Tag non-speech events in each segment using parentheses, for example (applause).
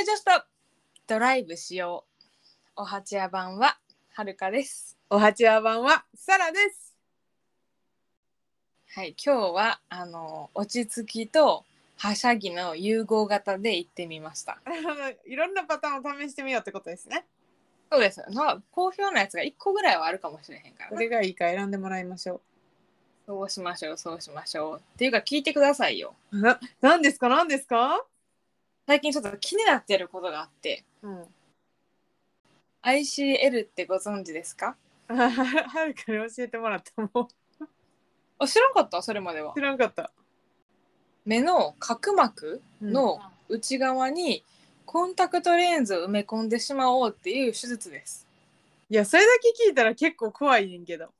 イジャストドライブしよう。おはちや版ははるかです。おはちわ版はサラです。 (laughs) はい、今日はあの落ち着きとはしゃぎの融合型で行ってみました。あのいろんなパターンを試してみようってことですね。そうです。まあ好評なやつが一個ぐらいはあるかもしれへんからどな。れがいいか選んでもらいましょそうしましょう、そうしましょう。っていうか聞いてくださいよ。う。 (laughs) な何ですか何ですか？最近ちょっと気になってることがあって、うん。 ICL ってご存知ですか？あは (laughs) はるかに教えてもらったもうあ知らんかったそれまでは (laughs) 知。らんかった。目の角膜うんの内側にコンタクトレンズを埋め込んでしまおうっていう手術です。いやそれだけ聞いたら結構怖いねんけど。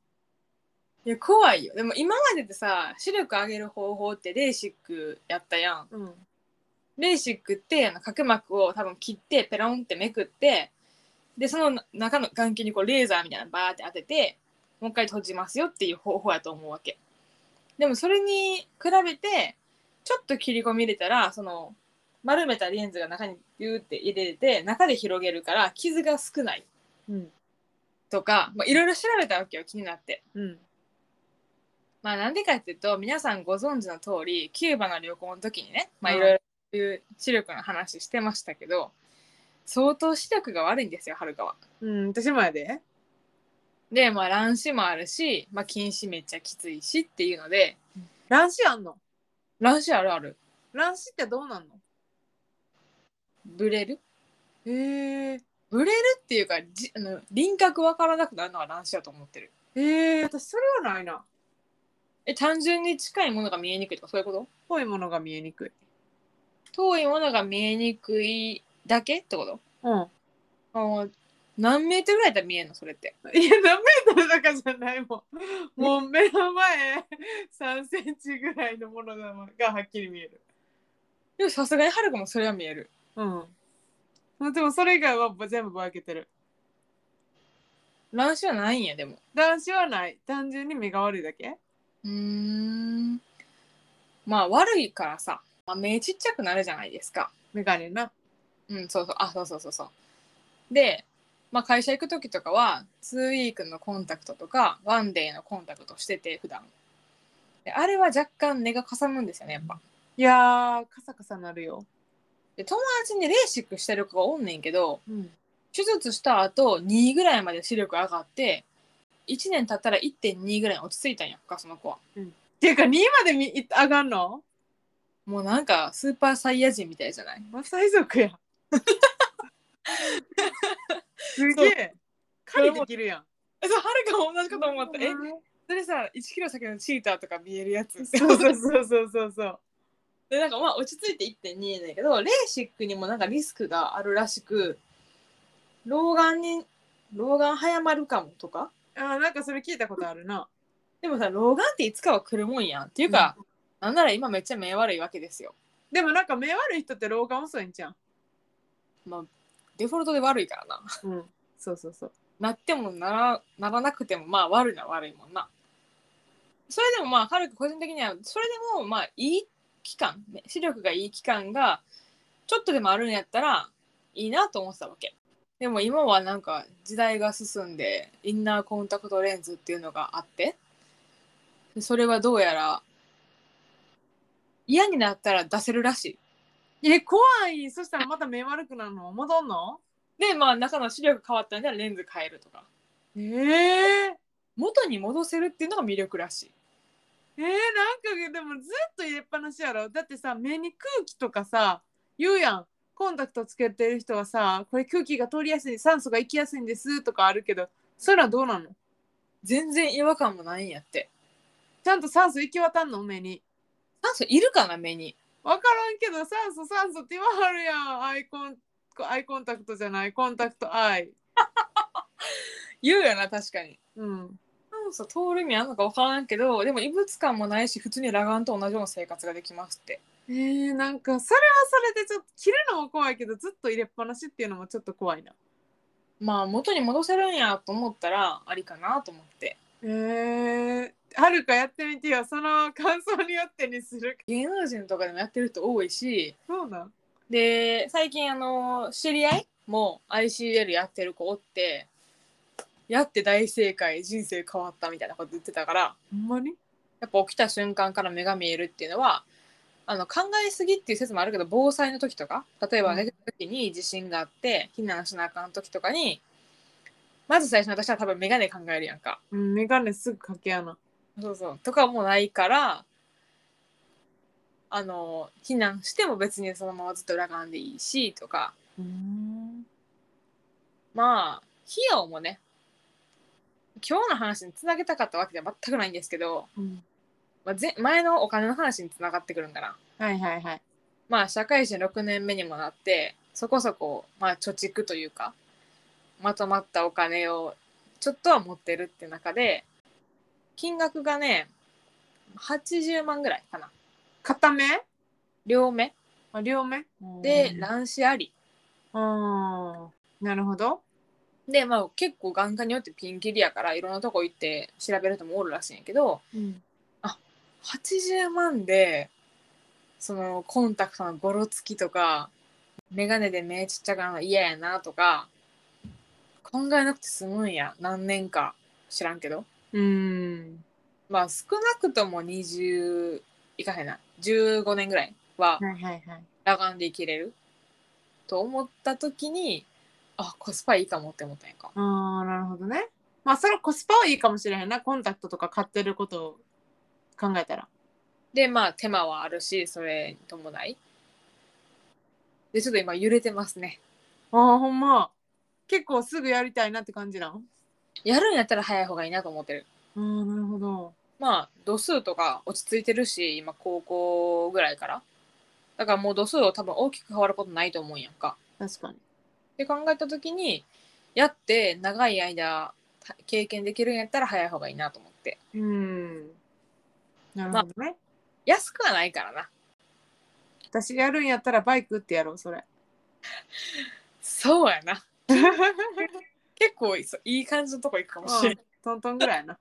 いや怖いよでも今までってさ視力上げる方法ってレーシックやったやんうん。レーシックってあの角膜を多分切ってペロンってめくってでその中の眼球にこうレーザーみたいなのバーって当ててもう一回閉じますよっていう方法やと思うわけでもそれに比べてちょっと切り込み入れたらその丸めたレンズが中にビューって入れて中で広げるから傷が少ないうん。とかまあいろいろ調べたわけよ気になってうん。まあなんでかっていうと皆さんご存知の通りキューバの旅行の時にねまあうんいろいろそういう視力の話してましたけど相当視力が悪いんですよはるかは。うん。私もやで。でまあ乱視もあるし、まあ、近視めっちゃきついしっていうので乱視あんの？乱視あるある乱視ってどうなんの？ブレるへえ。ブレるっていうかじあの輪郭わからなくなるのが乱視だと思ってる。へえ。私それはないな。え単純に近いものが見えにくいとかそういうこと濃いものが見えにくい。遠いものが見えにくいだけってことうん。あの何メートルぐらいだったら見えんのそれって。いや何メートルだかじゃないもん。もう目の前3センチぐらいのものがはっきり見える。でもさすがにはるかもそれは見える。うん。でもそれ以外は全部ぼやけてる。乱視はないんやでも男子はない。単純に目が悪いだけ。うーんまあ悪いからさ、まあ、目ちっちゃくなるじゃないですかメガネな。うんそうそうあそうそうそうそうで、まあ、会社行く時とかは2ウィークのコンタクトとかワンデーのコンタクトしてて普段であれは若干根がかさむんですよねやっぱいやー、カサカサなるよ。で友達にレーシックしてる子がおんねんけどうん。手術した後2ぐらいまで視力上がって1年経ったら1.2ぐらいに落ち着いたんやんかその子はっていうか2までみい上がんのもうなんかスーパーサイヤ人みたいじゃないマサイ族や。すげえ。狩りできるやん。えそうはるかも同じこと思ったええそれさ1キロ先のチーターとか見えるやつそうそうそうそうそうそう。 (laughs) でなんかまあ落ち着いて1.2円だけどレーシックにもなんかリスクがあるらしく老眼に老眼早まるかもとかあーなんかそれ聞いたことあるな。でもさ老眼っていつかは来るもんやんっていうか、なんなら今めっちゃ目悪いわけですよでもなんか目悪い人って老眼遅いんじゃん。デフォルトで悪いからなうん。そうそうそう。なってもならならなくてもまあ悪いのは悪いもんなそれでもまあはるか個人的にはそれでもまあいい期間ね視力がいい期間がちょっとでもあるんやったらいいなと思ってたわけでも今はなんか時代が進んでインナーコンタクトレンズっていうのがあってでそれはどうやら嫌になったら出せるらしいえ、怖い。そしたらまた目悪くなるの戻んのでまあ中の視力変わったんならレンズ変えるとかええ元に戻せるっていうのが魅力らしいえー、なんかでもずっと入れっぱなしやろだってさ目に空気とかさ言うやんコンタクトつけてる人はさこれ空気が通りやすい酸素が行きやすいんですとかあるけどそれはどうなの全然違和感もないんやってちゃんと酸素行き渡んの目に酸素いるかな目に分からんけど酸素酸素って言わはるやんアイコンアイコンタクトじゃないコンタクトアイ言うよな確かにうん酸素通る意味あるのか分からんけどでも異物感もないし普通に裸眼と同じような生活ができますってえー、なんかそれはそれでちょっと着るのも怖いけどずっと入れっぱなしっていうのもちょっと怖いなまあ元に戻せるんやと思ったらありかなと思ってえー、はるかやってみてよその感想によってにする芸能人とかでもやってる人多いしそうなんで最近あの知り合いも ICL やってる子おってやって大正解人生変わったみたいなこと言ってたからほんまにやっぱ起きた瞬間から目が見えるっていうのはあの考えすぎっていう説もあるけど防災の時とか例えばうん寝てる時に地震があって避難しなあかん時とかにまず最初に私は多分眼鏡考えるやんか。うん、メガネすぐかけ穴。そうそうとかもないからあの避難しても別にそのままずっと裏側でいいしとかうん。まあ費用もね今日の話につなげたかったわけでは全くないんですけど、まあ、前前のお金の話につながってくるんかな。はいはいはい。まあ社会人6年目にもなってそこそこ、まあ、貯蓄というかまとまったお金をちょっとは持ってるって中で金額がね80万ぐらいかな片目両目あ両目でうん乱視ありあーなるほど。でまあ結構眼科によってピンキリやからいろんなとこ行って調べる人もおるらしいんやけどうん。 80万でそのコンタクトのゴロつきとか眼鏡で目ちっちゃくなるの嫌やなとか考えなくて済むんや何年か知らんけどうん。まあ少なくとも20いかへんな15年ぐらいははいはいはい。裸眼で生きれると思った時にあコスパいいかもって思ったんやんかああ、なるほどね。まあ、それはコスパはいいかもしれへんな。コンタクトとか買ってることを考えたら。でまあ手間はあるしそれに伴いでちょっと今揺れてますねああ、ほんま。結構すぐやりたいなって感じなんやるんやったら早い方がいいなと思ってるああ、なるほど。まあ度数とか落ち着いてるし今高校ぐらいからだからもう度数を多分大きく変わることないと思うんやんか確かに。って考えた時にやって長い間た経験できるんやったら早い方がいいなと思ってうん。なるほどね。安くはないからな私やるんやったらバイクってやろう、それ。そうやな結構いいそういい感じのとこ行くかもしれんうんトントンぐらいや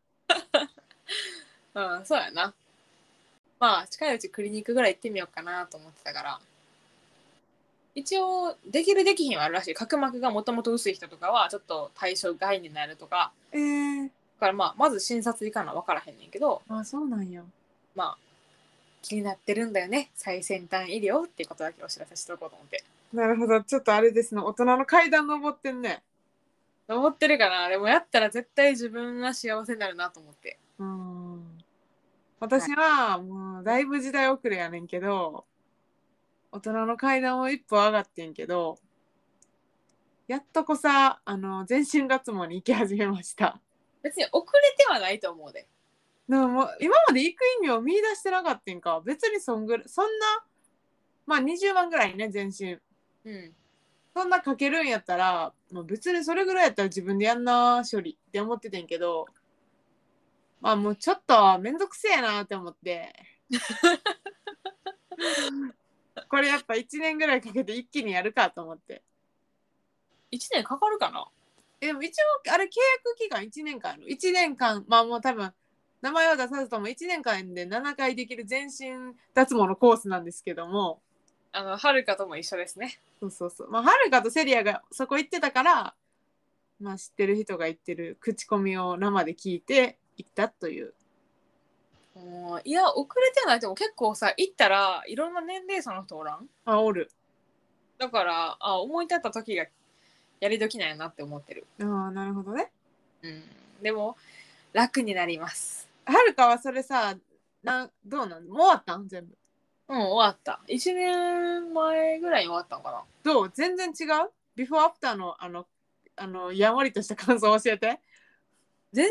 な。うん、そうやな。まあ、近いうちクリニックぐらい行ってみようかなと思ってたから。一応、できるできひんはあるらしい。角膜がもともと薄い人とかは、ちょっと対象外になるとか。ええだからまあ、まず診察行かな分からへんねんけど、あ、そうなんや。まあ、気になってるんだよね。最先端医療っていうことだけお知らせしておこうと思って。なるほど。ちょっとあれですね。大人の階段登ってんね。思ってるかな。でもやったら絶対自分が幸せになるなと思って。うん。私はもうだいぶ時代遅れやねんけど、大人の階段を一歩上がってんけど、やっとこさ、あの、全身脱毛に行き始めました。別に遅れてはないと思うで。でももう今まで行く意味を見出してなかったんか。別にそんぐらそんな、まあ20万ぐらいね、全身。うん。そんなかけるんやったら、まあ、別にそれぐらいやったら自分でやんな処理って思っててんけどまあもうちょっとめんどくせえなって思ってこれやっぱ1年ぐらいかけて一気にやるかと思って1年かかるかな。えでも一応あれ契約期間1年間やろ1年間まあもう多分名前は出さずとも1年間で7回できる全身脱毛のコースなんですけども、あの、はるかとも一緒ですね。そうそうそう。まあ、はるかとセリアがそこ行ってたから、まあ、知ってる人が言ってる口コミを生で聞いて行ったという。うんいや遅れてないでも結構さ行ったらいろんな年齢差の人おらんあ、おる。だからあ思い立った時がやり時なんやなって思ってる、ああ、なるほどね。うん、でも楽になりますはるかはそれさ、なんどうなのもう終わったん全部。うん終わった1年前ぐらいに終わったのかなどう全然違うビフォーアフターのあの、あの、やんわりとした感想教えて。全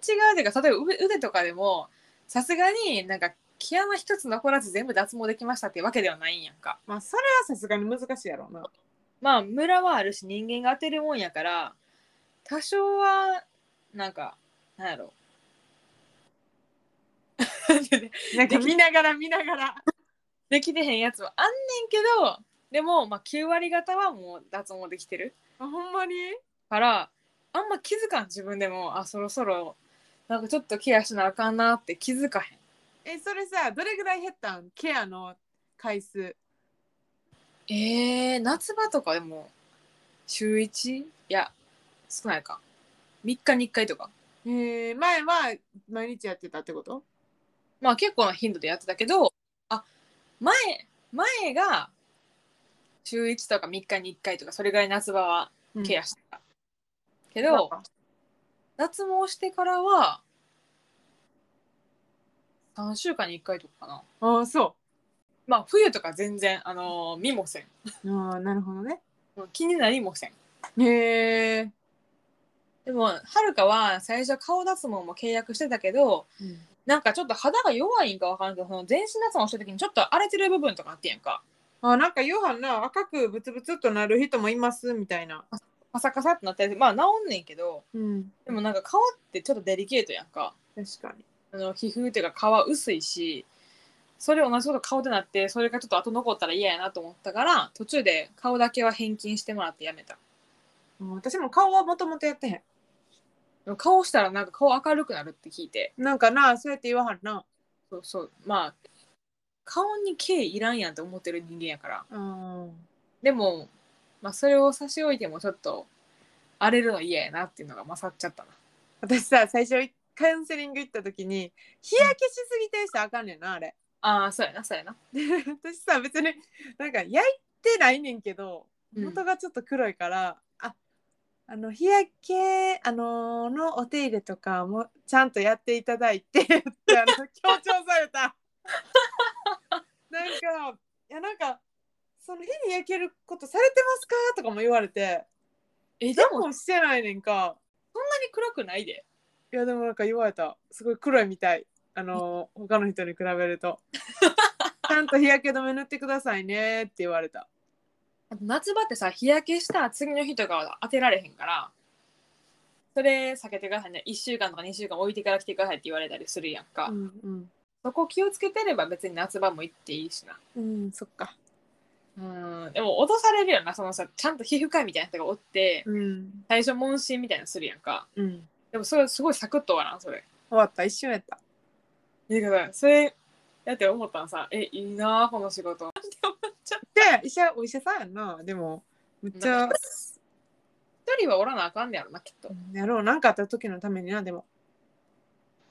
然違うていうか例えば腕腕とかでもさすがになんか毛穴一つ残らず全部脱毛できましたってわけではないんやんかまあ、それはさすがに難しいやろうな。まあ村はあるし人間が当てるもんやから多少はなんかなんやろ (laughs) なんか見ながら見ながら。できてへんやつもあんねんけどでもまあ9割方はもう脱毛できてるあほんまにからあんま気づかん自分でもあそろそろなんかちょっとケアしなあかんなって気づかへんえ、それさ、どれぐらい減ったんケアの回数。えー、夏場とかでも週 1? いや少ないか3日に1回とかえー、前は毎日やってたってことまあ結構な頻度でやってたけどあ前前が週1とか3日に1回とかそれぐらい夏場はケアしてた、けど、脱毛してからは3週間に1回とかかなああそまあ冬とか全然あのー見もせんうああなるほどねもう気になりもせんへえ、でもはるかは最初顔脱毛も契約してたけどなんかちょっと肌が弱いんかわからんけどその全身脱毛した時にちょっと荒れてる部分とかあってやんかあなんかヨハンな赤くブツブツっとなる人もいますみたいなカサカサってなったりまあ治んねんけどうんでもなんか顔ってちょっとデリケートやんか確かにあの皮膚っていうか皮薄いしそれ同じこと顔でなってそれがちょっと後残ったら嫌やなと思ったから途中で顔だけは返金してもらってやめたうん私も顔はもともとやってへでも顔したらなんか顔明るくなるって聞いてんなんかなそうやって言わはるなそうそうまあ顔に敬意いらんやんって思ってる人間やからうんでも、まあ、それを差し置いてもちょっと荒れるの嫌やなっていうのが勝っちゃったな私さ最初カウンセリング行った時に日焼けしすぎてしたらあかんねんなあれああそうやなそうやな、で私さ別になんか焼いてないねんけどうん元がちょっと黒いから、ああの日焼けあのーのお手入れとかもちゃんとやっていただいてってあの強調されたなんかいやなんかその日に焼けることされてますかとかも言われてえででもそんなにもしてないねんか暗くないでいやでもなんか言われたすごい黒いみたいあのー他の人に比べるとちゃんと日焼け止め塗ってくださいねって言われたあと夏場ってさ日焼けした次の日とかは当てられへんからそれ避けてくださいね1週間とか2週間置いてから来てくださいって言われたりするやんか、うんうんそこ気をつけてれば別に夏場も行っていいしなうんそっかうんでも落とされるよなそのさちゃんと皮膚科医みたいな人がおってうん最初問診みたいなのするやんかうんでもそれすごいサクッと終わらんそれ終わった一瞬やった見てくださいそれだって思ったんさえいいなあこの仕事って思っちゃったで医者お医者さんやんなでもめっちなゃんか一人はおらなあかんねやろなきっとやろうなんかあった時のためになでも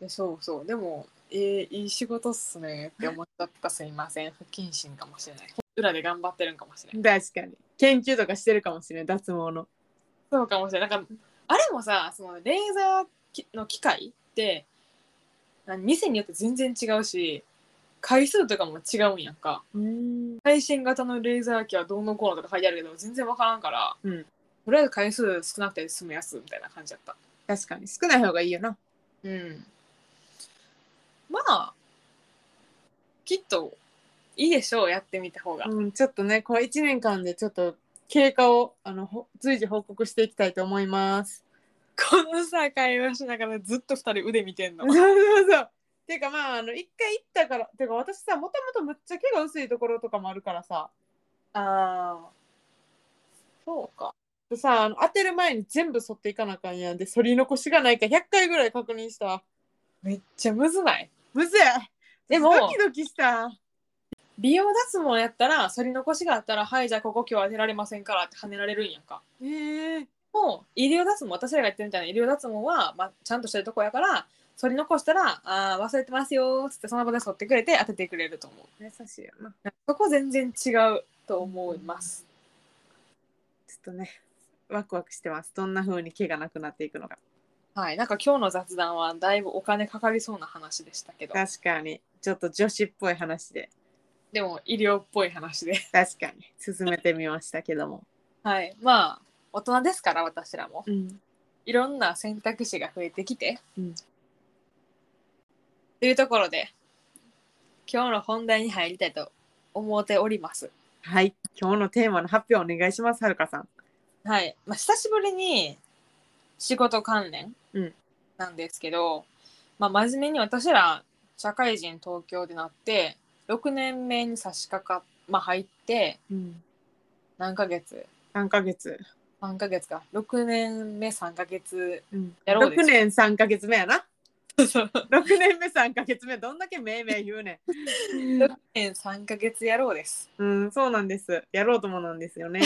でそうそうでもえーいい仕事っすねって思っちゃったすいません不謹慎かもしれない裏で頑張ってるんかもしれない確かに研究とかしてるかもしれない脱毛のそうかもしれないなんかあれもさそのレーザーきの機械ってあ店によって全然違うし回数とかも違うんやんかうん最新型のレーザー機はどうのこうのとか書いてあるけど全然分からんから、うんとりあえず回数少なくて済むやつみたいな感じだった確かに少ない方がいいよなうんまあきっといいでしょうやってみた方が、うんちょっとねこれ1年間でちょっと経過をあのほ随時報告していきたいと思いますこのさ会話しながらずっと二人腕見てんの (laughs) そうそうそうていうかまああの一回行ったからていうか私さもともとむっちゃ毛が薄いところとかもあるからさああそうかでさあの当てる前に全部剃っていかなあかんやんで剃り残しがないか100回ぐらい確認したわめっちゃむずないむずいでもドキドキした美容脱毛やったら剃り残しがあったら「はいじゃあここ今日は当てられませんから」って跳ねられるんやんかえー、もう医療脱毛私らが言ってるみたいな医療脱毛は、まあ、ちゃんとしてるとこやから剃り残したら「あー忘れてますよ」っつってその場で剃ってくれて当ててくれると思う優しいよなそこ全然違うと思いますちょっとねワクワクしてますどんな風に毛がなくなっていくのかはいなんか今日の雑談はだいぶお金かかりそうな話でしたけど確かにちょっと女子っぽい話ででも医療っぽい話で (laughs) 確かに進めてみましたけども、はいまあ大人ですから私らもうん、いろんな選択肢が増えてきて、うんというところで今日の本題に入りたいと思っておりますはい今日のテーマの発表お願いしますはるかさんはい、まあ、久しぶりに仕事関連うんなんですけど、まあ、真面目に私ら社会人東京でなって6年目に差し掛かっ、まあ、入ってうん何ヶ月3ヶ月、 3ヶ月か6年目3ヶ月うん、 (laughs) やろうです6年3ヶ月目やなそうそう6年目3ヶ月目どんだけめいめい言うねん3ヶ月野郎ですうんそうなんですやろうともなんですよ (laughs) ね、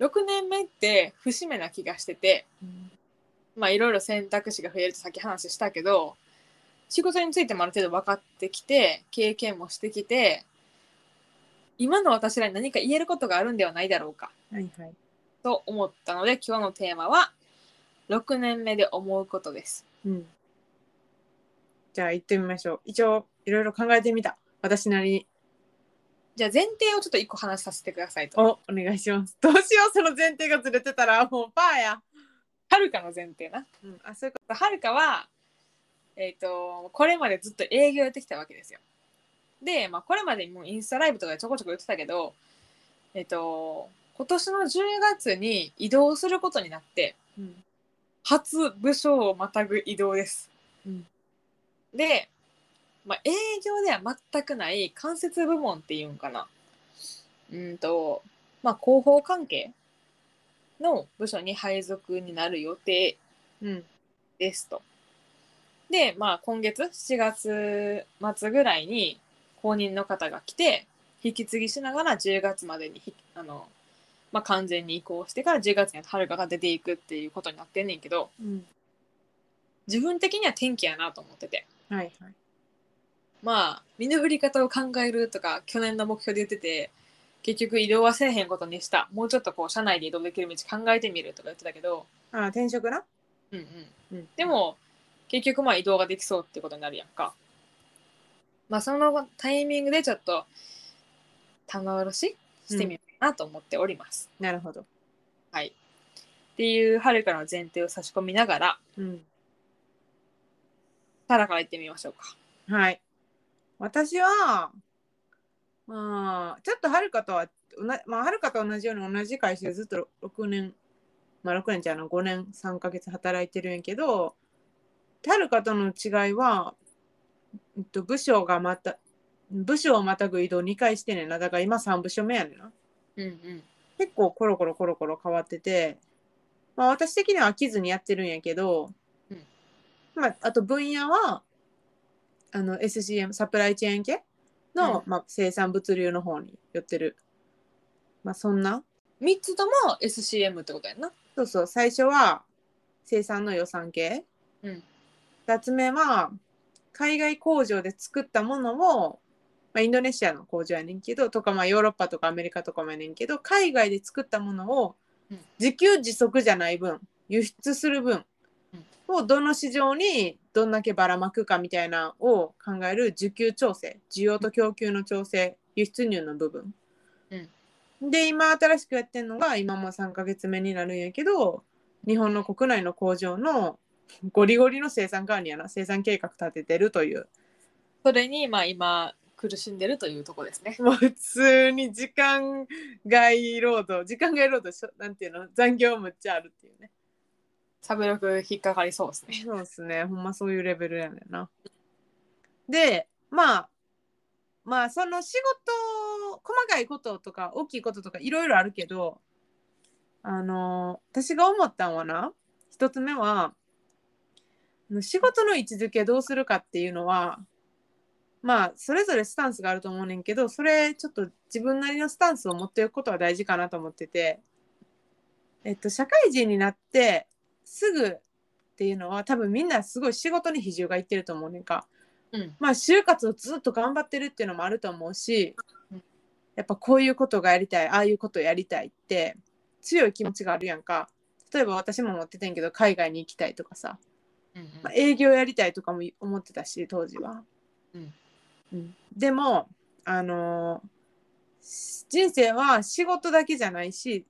6年目って節目な気がしててまあいろいろ選択肢が増えるとさっき話したけど仕事についてもある程度分かってきて経験もしてきて今の私らに何か言えることがあるんではないだろうかはいはいと思ったので今日のテーマは6年目で思うことです。うんじゃあ行ってみましょう一応いろいろ考えてみた私なりにじゃあ前提をちょっと一個話させてくださいと。おお願いしますどうしようその前提がずれてたらもうパーや、はるかの前提な。うん、あそういうこはるかは、えっとこれまでずっと営業やってきたわけですよ。で、まあ、これまでもうインスタライブとかでちょこちょこ言ってたけど、えっと今年の10月に移動することになってと、うん初部署をまたぐ移動です。うんで、まあ、営業では全くない間接部門っていうんかな。うんと、まあ、広報関係の部署に配属になる予定うんですと。で、まあ、今月7月末ぐらいに後任の方が来て引き継ぎしながら10月までにひあの、まあ、完全に移行してから10月にはるかが出ていくっていうことになってんねんけどうん、自分的には天気やなと思っててはいはいまあ身の振り方を考えるとか去年の目標で言ってて結局移動はせえへんことにしたもうちょっとこう社内で移動できる道考えてみるとか言ってたけど、あー転職な、うんうん、うん、でも結局まあ移動ができそうってことになるやんか。まあそのタイミングでちょっと棚卸ししてみようかなと思っております。なるほどはい。っていうはるかの前提を差し込みながら、うんタラから行ってみましょうか。はい。私は、まあ、ちょっとはるかとは、おなまあ、はるかと同じように同じ会社でずっと6年、まあ6年じゃあの5年3ヶ月働いてるんやけど、はるかとの違いは、えっと、部署がまた、部署をまたぐ移動2回してんねんな。だから今3部署目やねんな。うんうん。結構コロコロコロコロ変わってて、まあ、私的には飽きずにやってるんやけど、うんまあ、あと分野はあの SCM サプライチェーン系の、まあ、生産物流の方に寄ってる、まあ、そんな3つとも SCM ってことやんな。そうそう最初は生産の予算系うん。 2つ目は海外工場で作ったものを、まあ、インドネシアの工場やねんけどとか、まあ、ヨーロッパとかアメリカとかもやねんけど海外で作ったものをうん自給自足じゃない分輸出する分をどの市場にどんだけばらまくかみたいなを考える需給調整需要と供給の調整輸出入の部分、で今新しくやってるのが今も3ヶ月目になるんやけど日本の国内の工場のゴリゴリの生産管理やな生産計画立ててるというそれにまあ今苦しんでるというとこですね。もう普通に時間外労働時間外労働しょなんていうの残業むっちゃあるっていうねサブログ引っかかりそうですね。そうですねほんまそういうレベルやねんなでまあまあその仕事細かいこととか大きいこととかいろいろあるけどあの私が思ったんはな一つ目はあの仕事の位置づけどうするかっていうのはまあそれぞれスタンスがあると思うねんけどそれちょっと自分なりのスタンスを持っておくことは大事かなと思ってて、えっと、社会人になってすぐっていうのは多分みんなすごい仕事に比重がいってると思うねんか。うん。まあ就活をずっと頑張ってるっていうのもあると思うしうんやっぱこういうことがやりたいああいうことやりたいって強い気持ちがあるやんか例えば私も持っててんけど海外に行きたいとかさ、うんうんまあ、営業やりたいとかも思ってたし当時は、うんうんでもあのー人生は仕事だけじゃないし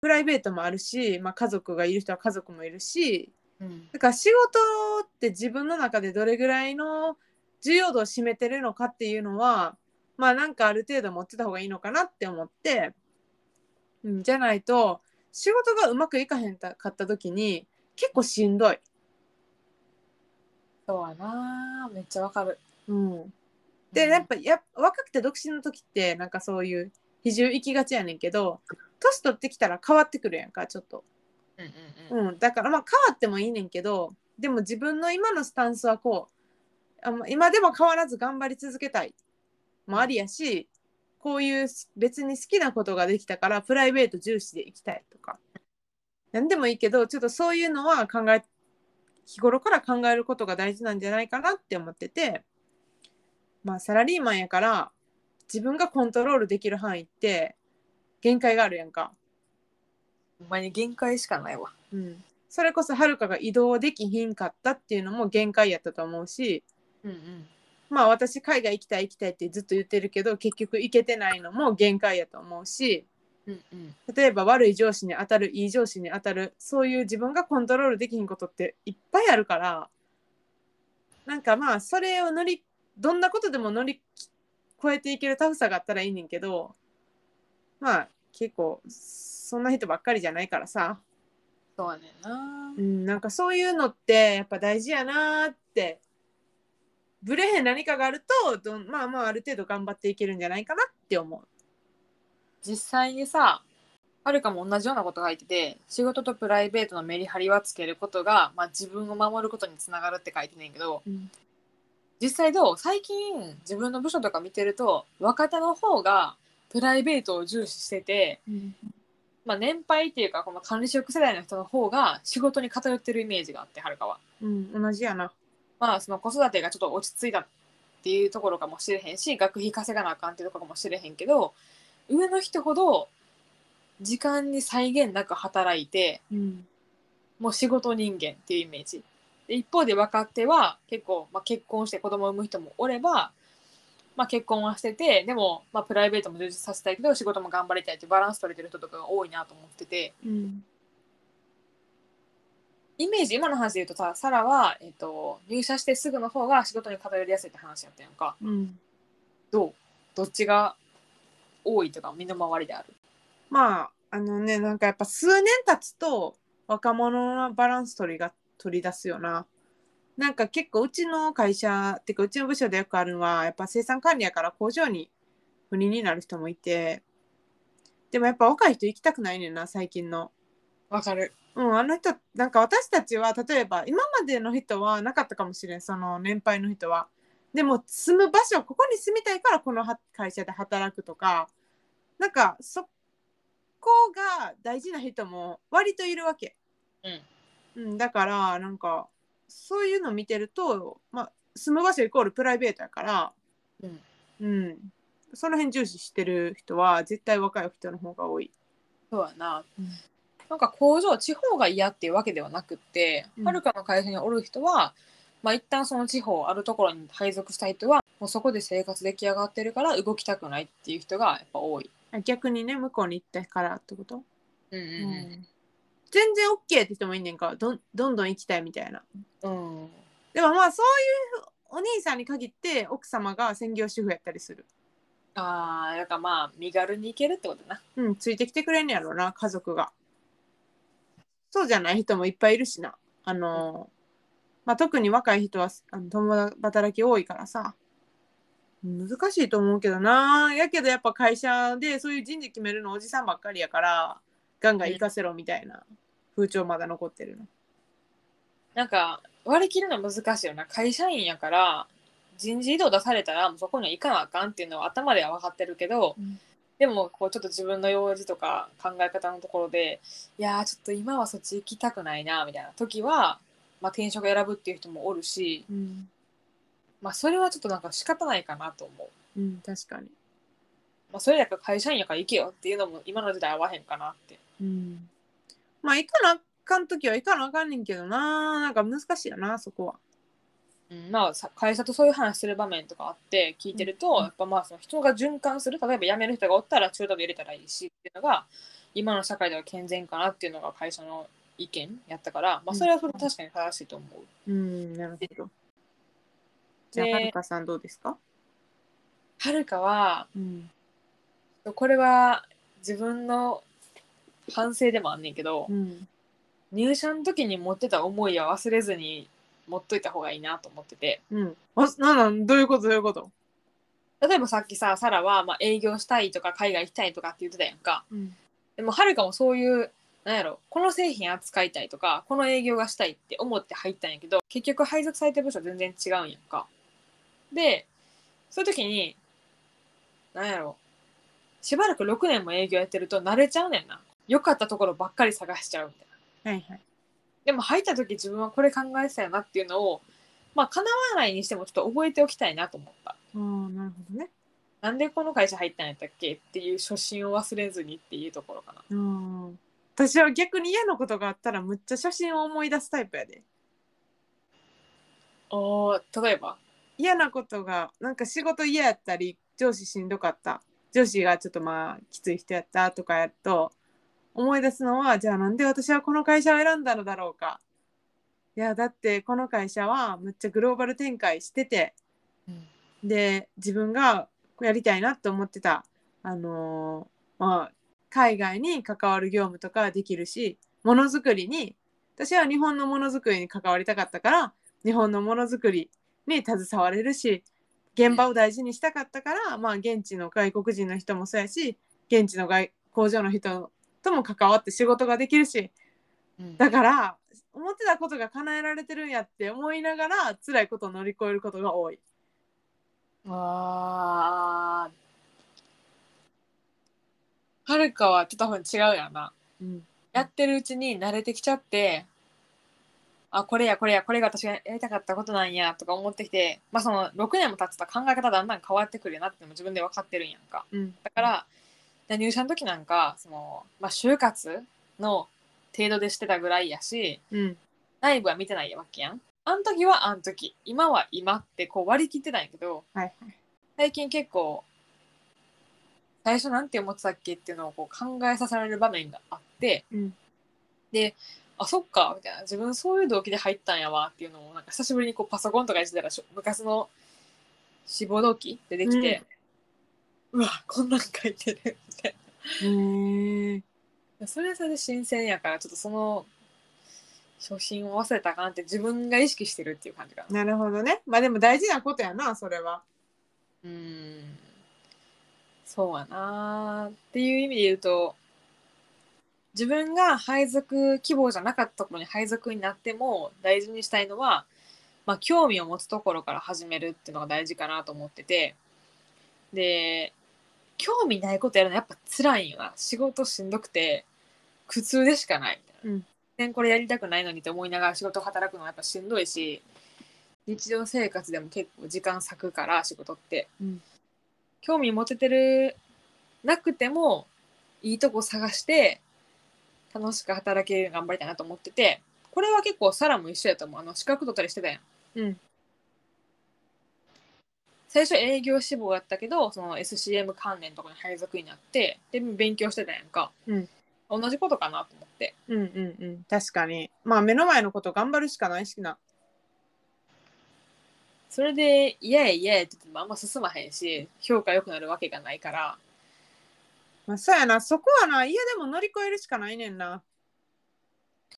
プライベートもあるし、まあ、家族がいる人は家族もいるしうんだから仕事って自分の中でどれぐらいの重要度を占めてるのかっていうのはまあなんかある程度持ってた方がいいのかなって思って、うん、じゃないと仕事がうまくいかへんたかった時に結構しんどい、そうやなめっちゃわかる。うん、でやっぱやっぱ若くて独身の時ってなんかそういう比重いきがちやねんけど年取ってきたら変わってくるやんかちょっとうんうんうん。うん、だからまあ変わってもいいねんけどでも自分の今のスタンスはこうあま今でも変わらず頑張り続けたいもありやしこういう別に好きなことができたからプライベート重視でいきたいとか何でもいいけどちょっとそういうのは考え日頃から考えることが大事なんじゃないかなって思っててまあサラリーマンやから自分がコントロールできる範囲って限界があるやんか。ほんまに限界しかないわ。うん、それこそはるかが移動できひんかったっていうのも限界やったと思うしうんうん。まあ私海外行きたい行きたいってずっと言ってるけど結局行けてないのも限界やと思うしうんうん。例えば悪い上司に当たるいい上司に当たるそういう自分がコントロールできひんことっていっぱいあるからなんかまあそれを乗りどんなことでも乗り越えていけるタフさがあったらいいねんけどまあ結構そんな人ばっかりじゃないからさ。そうやねんなう。ん、なんかそういうのってやっぱ大事やなーってブレへん何かがあるとどんまあまあある程度頑張っていけるんじゃないかなって思う。実際にさはるかも同じようなことが書いてて仕事とプライベートのメリハリはつけることが、まあ、自分を守ることにつながるって書いてんねんけどうん実際どう最近自分の部署とか見てると若手の方がプライベートを重視してて、まあ、年配っていうかこの管理職世代の人の方が仕事に偏ってるイメージがあってはるかは。うん、同じやな。まあその子育てがちょっと落ち着いたっていうところかもしれへんし学費稼がなあかんっていうところかもしれへんけど上の人ほど時間に際限なく働いてうんもう仕事人間っていうイメージで一方で若手は結構、まあ、結婚して子供を産む人もおれば、まあ、結婚はしててでも、まあ、プライベートも充実させたいけど仕事も頑張りたいっていうバランス取れてる人とかが多いなと思っててうんイメージ今の話で言うとさサラは、えっと、入社してすぐの方が仕事に偏りやすいって話やったやんか。うん、どうどっちが多いとか身の回りであるまああのねなんかやっぱ数年経つと若者のバランス取りが取り出すよな。なんか結構うちの会社っていうかうちの部署でよくあるのはやっぱ生産管理やから工場に不倫になる人もいてでもやっぱ若い人行きたくないねんな最近の。わかるうん、あの人なんか私たちは例えば今までの人はなかったかもしれんその年配の人はでも住む場所ここに住みたいからこのは会社で働くとかなんかそこが大事な人も割といるわけ、うん、だからなんかそういうの見てると、まあ、住む場所イコールプライベートやから、うんうん、その辺重視してる人は絶対若い人の方が多い。そうやな、うんなんか工場地方が嫌っていうわけではなくってうんはるかの会社におる人は、まあ一旦その地方あるところに配属した人はもうそこで生活出来上がってるから動きたくないっていう人がやっぱ多い、あ逆にね向こうに行ったからってことうん全然 OK って人もいんねんかどんどんどん行きたいみたいなうんうん、でもまあそういうお兄さんに限って奥様が専業主婦やったりするああだからまあ身軽に行けるってことなうんついてきてくれんねやろうな家族がそうじゃない人もいっぱいいるしなあのーまあ、特に若い人はあの共働き多いからさ難しいと思うけどなやけどやっぱ会社でそういう人事決めるのおじさんばっかりやからガンガン行かせろみたいな風潮まだ残ってるのなんか割り切るの難しいよな会社員やから人事異動出されたらもうそこには行かなあかんっていうのは頭では分かってるけど、うんでもこうちょっと自分の用事とか考え方のところでいやーちょっと今はそっち行きたくないなみたいな時は、まあ、転職選ぶっていう人もおるし、うん、まあ、それはちょっとなんか仕方ないかなと思う、うん、確かにまあ、それだから会社員やから行けよっていうのも今の時代合わへんかなってうんまあ行かなあかん時は行かなあかんねんけどななんか難しいよなそこはうんまあ、さ会社とそういう話する場面とかあって聞いてると、うんやっぱまあその人が循環する例えば辞める人がおったら中途で入れたらいいしっていうのが今の社会では健全かなっていうのが会社の意見やったから、まあ、それはそれで確かに正しいと思う。うんなるほどじゃあねはるかさんどうですかはるかはうんこれは自分の反省でもあんねんけど、うん入社の時に持ってた思いは忘れずに持っといた方がいいなと思っててうんあなんなんどういうことどういうこと例えばさっきさサラはまあ営業したいとか海外行きたいとかって言ってたやんか。うんでもはるかもそういうなんやろこの製品扱いたいとかこの営業がしたいって思って入ったんやけど結局配属されてる部署全然違うんやんか。でそういう時になんやろしばらく6年も営業やってると慣れちゃうねんな良かったところばっかり探しちゃうみたいな。はいはい。でも入った時自分はこれ考えてたよなっていうのをまあ叶わないにしてもちょっと覚えておきたいなと思った。ああ、なるほどね。なんでこの会社入ったんやったっけっていう初心を忘れずにっていうところかな。うん。私は逆に嫌なことがあったらむっちゃ写真を思い出すタイプやで。おー例えば嫌なことがなんか仕事嫌やったり上司しんどかった上司がちょっとまあきつい人やったとかやると思い出すのはじゃあなんで私はこの会社を選んだのだろうかいやだってこの会社はむっちゃグローバル展開しててで自分がやりたいなと思ってたあのーまあ海外に関わる業務とかはできるしものづくりに私は日本のものづくりに関わりたかったから日本のものづくりに携われるし現場を大事にしたかったから、まあ、現地の外国人の人もそうやし現地の外工場の人とも関わって仕事ができるしだから思ってたことが叶えられてるんやって思いながら辛いことを乗り越えることが多い。あーはるかはちょっと多分違うやなうんやってるうちに慣れてきちゃってあこれやこれやこれが私がやりたかったことなんやとか思ってきてまあその6年も経つと考え方だんだん変わってくるよなってのも自分で分かってるんやんかうんだからで入社の時なんかその、まあ、就活の程度でしてたぐらいやしうん内部は見てないわけやんあん時はあん時今は今ってこう割り切ってたんやけどはいはい最近結構最初なんて思ってたっけっていうのをこう考えさせられる場面があってうんあそっかみたいな自分そういう動機で入ったんやわっていうのをなんか久しぶりにこうパソコンとかいじってたらしょ昔の志望動機出てきて、うわこんなん書いてるみたいへえなそれはそれで新鮮やからちょっとその初心を忘れたらあかんって自分が意識してるっていう感じかな。なるほどねまあでも大事なことやなそれは。うーんそうやなーっていう意味で言うと自分が配属希望じゃなかったところに配属になっても大事にしたいのは、まあ、興味を持つところから始めるっていうのが大事かなと思っててで興味ないことやるのやっぱ辛いんよな仕事しんどくて苦痛でしかないみたいな、うん全然これやりたくないのにって思いながら仕事を働くのはやっぱしんどいし日常生活でも結構時間割くから仕事って、うん興味持ててるなくてもいいとこ探して楽しく働けるように頑張りたいなと思っててこれは結構サラも一緒やと思うあの資格取ったりしてたやんうん最初営業志望やったけどその SCM 関連とかに配属になってで勉強してたやんか、うん同じことかなと思ってうんうんうん確かにまあ目の前のこと頑張るしかないしな。それで嫌や嫌やって言ってもあんま進まへんし評価良くなるわけがないからまあ、そうやなそこはないやでも乗り越えるしかないねんな。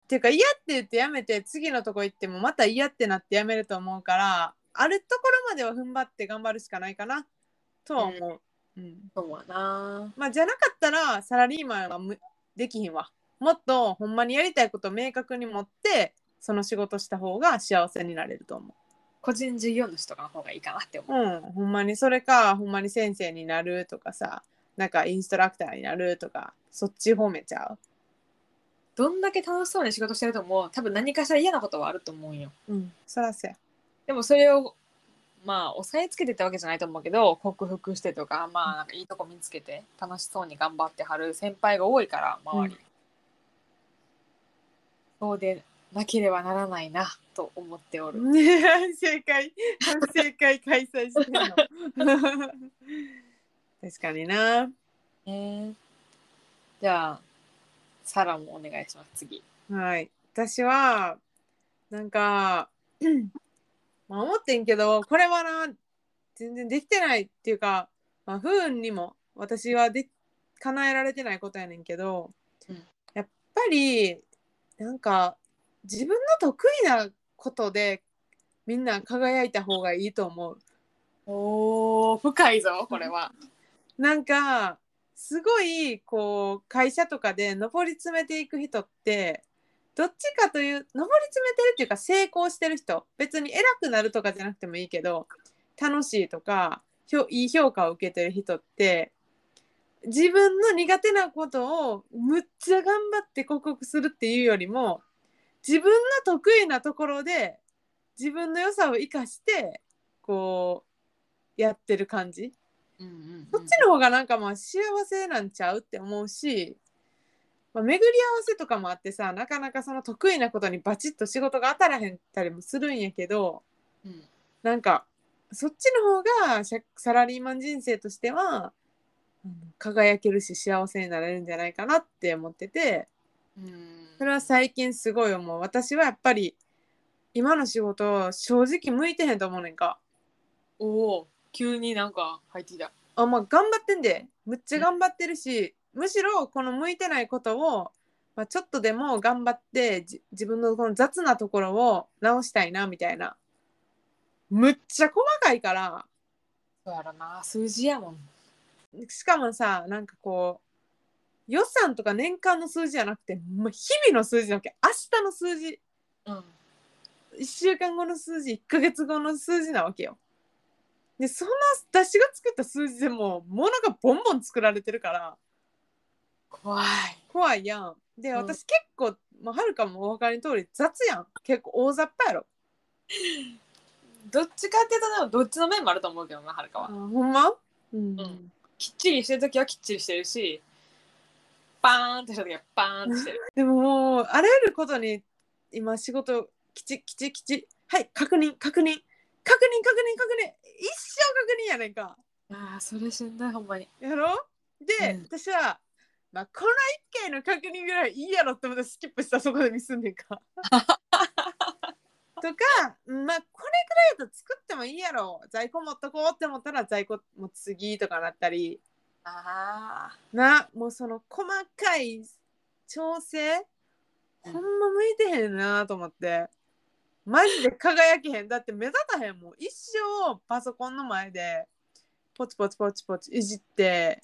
ていうか嫌って言ってやめて次のとこ行ってもまた嫌ってなってやめると思うからあるところまでは踏ん張って頑張るしかないかなとは思う。うんそうやなまあ、じゃなかったらサラリーマンはむできひんわ。もっとほんまにやりたいことを明確に持ってその仕事した方が幸せになれると思う。個人事業主とかの方がいいかなって思う、うん、ほんまにそれかほんまに先生になるとかさなんかインストラクターになるとかそっち方面ちゃどんだけ楽しそうに仕事してるとも多分何かしら嫌なことはあると思うんよううんそらそやでもそれをまあ押さえつけてたわけじゃないと思うけど克服してとかまあなんかいいとこ見つけて楽しそうに頑張ってはる先輩が多いから周り、うんそうでなければならないなと思っておる、ねえ (laughs) 正解 (laughs) 反省会開催してんの (laughs) 確かになねじゃあサラもお願いします次はい私はなん (clears throat) か、うんまあ、思ってんけどこれはな全然できてないっていうか、まあ、不運にも私はで叶えられてないことやねんけど、うんやっぱりなんか自分の得意なことでみんな輝いた方がいいと思う。おー深いぞこれはなんかすごいこう会社とかで上り詰めていく人ってどっちかという上り詰めてるっていうか成功してる人別に偉くなるとかじゃなくてもいいけど楽しいとかひょいい評価を受けてる人って自分の苦手なことをむっちゃ頑張って克服するっていうよりも自分の得意なところで自分の良さを生かしてこうやってる感じうんうんうんそっちの方がなんかまあ幸せなんちゃうって思うし、まあ、巡り合わせとかもあってさなかなかその得意なことにバチッと仕事が当たらへんたりもするんやけどうんなんかそっちの方が社サラリーマン人生としてはあの輝けるし幸せになれるんじゃないかなって思っててうんそれは最近すごい思う私はやっぱり今の仕事正直向いてへんと思うねんかおお急になんか入ってきたあまあ頑張ってんでむっちゃ頑張ってるし、むしろこの向いてないことを、まあ、ちょっとでも頑張ってじ自分のこの雑なところを直したいなみたいなむっちゃ細かいからそうやろな数字やもんしかもさなんかこう予算とか年間の数字じゃなくて、まあ、日々の数字なわけ明日の数字うん1週間後の数字1ヶ月後の数字なわけよ。でその私が作った数字でもう物がボンボン作られてるから。怖い怖いやん。で、うん私結構、まあ、はるかもお分かりの通り雑やん。結構大雑把やろ。どっちかっていうとでもどっちの面もあると思うけどなはるかはほんまうんんきっちりしてる時はきっちりしてるしパーンってした時はパーンってしてるでももう、あらゆることに今仕事、きちきちきち。はい、確認、確認。確認、確認、確認。一生確認やねんか。ああそれしんどいほんまにやろで、うん私は、まあ、この一回の確認ぐらいいいやろって思ってスキップしたそこでミスんね (laughs) んか。とか、まあ、これぐらいだと作ってもいいやろ在庫持っとこうって思ったら在庫も次とかなったりああなもうその細かい調整ほんま向いてへんなと思ってマジで輝けへんだって目立たへんもう一生パソコンの前でポチポチポチポチいじって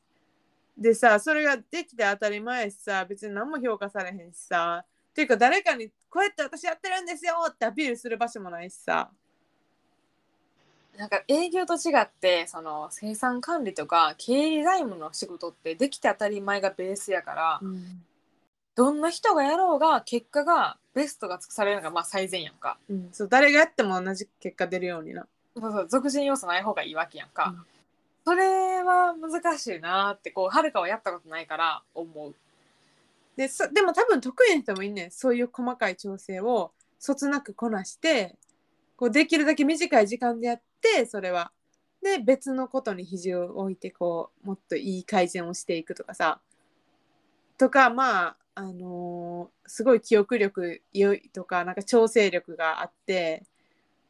でさそれができて当たり前やしさ別に何も評価されへんしさっていうか誰かにこうやって私やってるんですよってアピールする場所もないしさなんか営業と違ってその生産管理とか経営財務の仕事ってできて当たり前がベースやから、うんどんな人がやろうが結果がベストが尽くされるのがまあ最善やんかそう誰がやっても同じ結果出るようになそうそう俗人要素ない方がいいわけやんか、うんそれは難しいなってこうはるかはやったことないから思うでそでも多分得意な人もいんねんそういう細かい調整をそつなくこなしてこうできるだけ短い時間でやってそれはで別のことに比重を置いてこうもっといい改善をしていくとかさとかまああのーすごい記憶力良いとかなんか調整力があって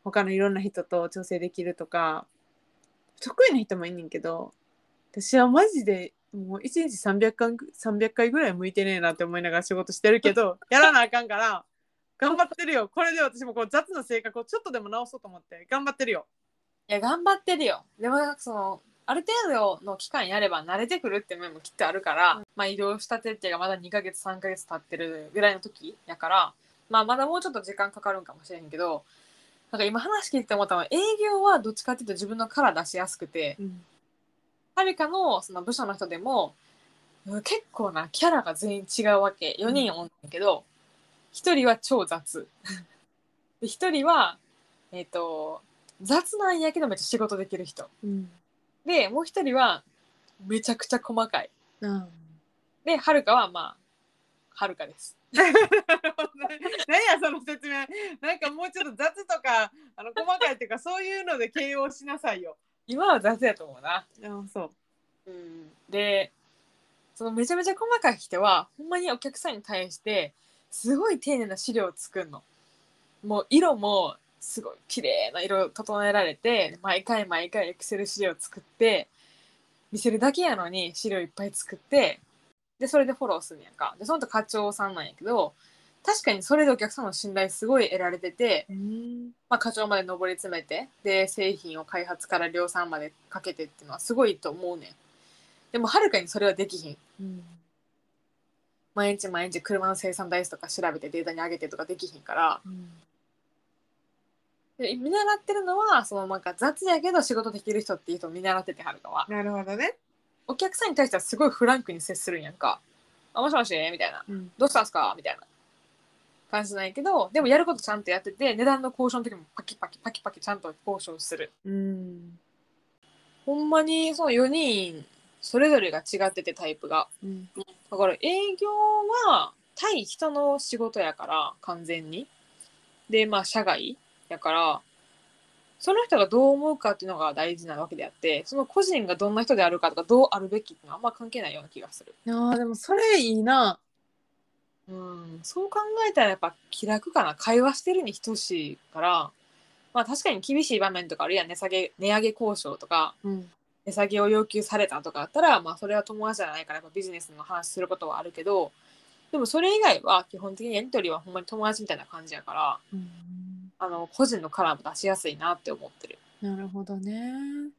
他のいろんな人と調整できるとか得意な人もいんねんけど私はマジでもう1日300回ぐ300回ぐらい向いてねえなって思いながら仕事してるけど (laughs) やらなあかんから頑張ってるよこれで私もこう雑な性格をちょっとでも直そうと思って頑張ってるよいや頑張ってるよでもなんかそのある程度の期間やれば慣れてくるって面もきっとあるから、まあ移動したてっていうかまだ2ヶ月3ヶ月経ってるぐらいの時やからまあまだもうちょっと時間かかるんかもしれんけどなんか今話聞いてて思ったのは営業はどっちかっていうと自分のカラー出しやすくてうん、はるかのその部署の人でもうん結構なキャラが全員違うわけ4人おんねんけど、1人は超雑 (laughs) で1人はえっ、と雑なんやけどめっちゃ仕事できる人でもう1人はめちゃくちゃ細かいなではるかはまあはるかです (laughs) 何やその説明なんかもうちょっと雑とかあの細かいっていうかそういうので形容しなさいよ今は雑やと思うなあそううんでそのめちゃめちゃ細かい人はほんまにお客さんに対してすごい丁寧な資料を作るのもう色もすごい綺麗な色を整えられて毎回毎回エクセル資料を作って見せるだけやのに資料いっぱい作ってでそれでフォローするんやんかでその後課長さんなんやけど確かにそれでお客さんの信頼すごい得られてて、まあ、課長まで上り詰めてで製品を開発から量産までかけてっていうのはすごいと思うねんでもはるかにそれはできひんうん毎日毎日車の生産台数とか調べてデータに上げてとかできひんからで見習ってるのはそのなんか雑やけど仕事できる人っていう人を見習っててはるかはなるほどね。お客さんに対してはすごいフランクに接するんやんか「あもしもし?」みたいなうん「どうしたんすか?」みたいな感じなんやけどでもやることちゃんとやってて値段の交渉の時もパキパキパキパキちゃんと交渉するうんほんまにその4人それぞれが違っててタイプがうんだから営業は対人の仕事やから完全にでまあ社外やからその人がどう思うかっていうのが大事なわけであってその個人がどんな人であるかとかどうあるべきっていうのはあんま関係ないような気がするいやーでもそれいいな。うんそう考えたらやっぱ気楽かな会話してるに等しいからまあ確かに厳しい場面とかあるやん値下げ値上げ交渉とかうん値下げを要求されたとかあったら、まあ、それは友達じゃないからやっぱビジネスの話することはあるけどでもそれ以外は基本的にやり取りはほんまに友達みたいな感じやからうんあの個人のカラーも出しやすいなって思ってる。なるほどね。うん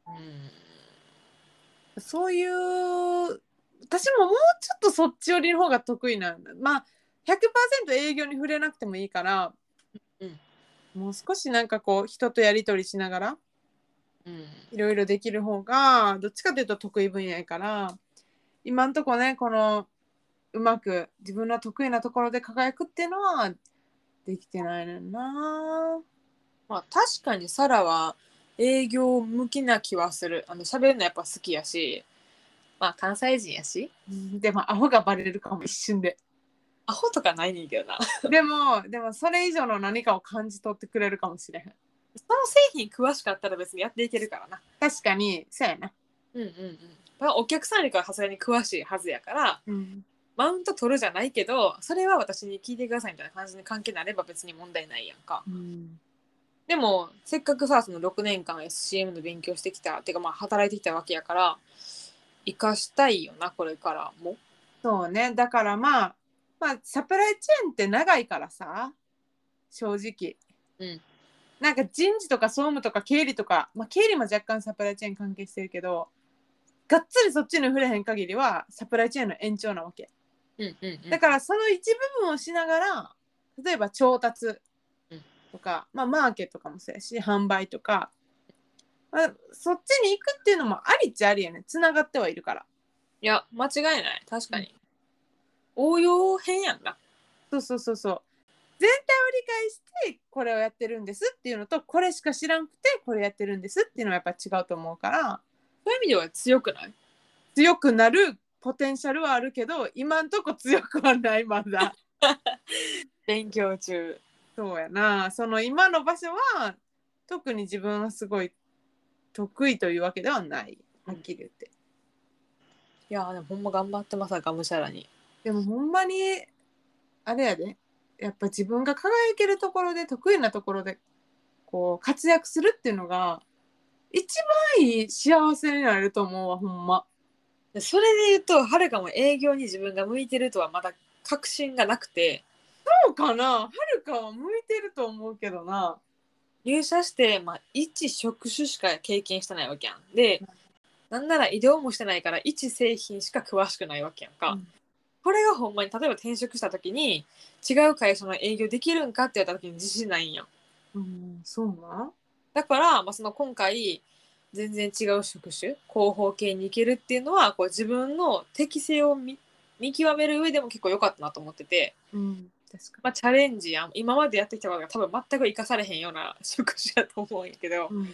そういう私ももうちょっとそっち寄りの方が得意なんだ。まあ100%営業に触れなくてもいいから、うんもう少しなんかこう人とやり取りしながらうんいろいろできる方がどっちかというと得意分野やから今んとこねこのうまく自分の得意なところで輝くっていうのはできてないねんなまあ、確かにサラは営業向きな気はするあの喋るのやっぱ好きやし、まあ、関西人やしでもアホがバレるかも一瞬でアホとかないねんけどな (laughs) (laughs) でもでもそれ以上の何かを感じ取ってくれるかもしれへんその製品詳しかったら別にやっていけるからな。確かにそうやな、うんうんうんまあ、お客さんよりかはさすがに詳しいはずやからうん、マウント取るじゃないけどそれは私に聞いてくださいみたいな感じに関係なれば別に問題ないやんかでもせっかくさその6年間 SCM の勉強してきたっていうかまあ働いてきたわけやから生かしたいよなこれからもそうねだからまあまあサプライチェーンって長いからさ正直、うんなんか人事とか総務とか経理とか、まあ、経理も若干サプライチェーン関係してるけどがっつりそっちに触れへん限りはサプライチェーンの延長なわけうんうん、うん、だからその一部分をしながら例えば調達うんとか、まあ、マーケットとかもそうやし販売とか、まあ、そっちに行くっていうのもありっちゃありやねつながってはいるからいや間違いない確かに、応用編やんなそうそうそうそう全体を理解してこれをやってるんですっていうのとこれしか知らんくてこれやってるんですっていうのはやっぱ違うと思うからそういう意味では強くない強くなるポテンシャルはあるけど今んとこ強くはないまだ。勉強中そうやなその今の場所は特に自分はすごい得意というわけではないはっきり言って、いやーでもほんま頑張ってますがむしゃらにでもほんまにあれやでやっぱ自分が輝けるところで得意なところでこう活躍するっていうのが一番いい幸せになれると思うわほんまでそれで言うとはるかも営業に自分が向いてるとはまだ確信がなくてそうかなはるかは向いてると思うけどな入社して、まあ、一職種しか経験してないわけやんでなんなら移動もしてないから一製品しか詳しくないわけやんか、うんこれがほんまに例えば転職した時に違う会社の営業できるんかって言われた時に自信ないんやんうんそうなだから、まあ、その今回全然違う職種広報系に行けるっていうのはこう自分の適性を見見極める上でも結構良かったなと思ってて、うん確かまあ、チャレンジやん今までやってきたことが多分全く生かされへんような職種やと思うんやけど、に、うん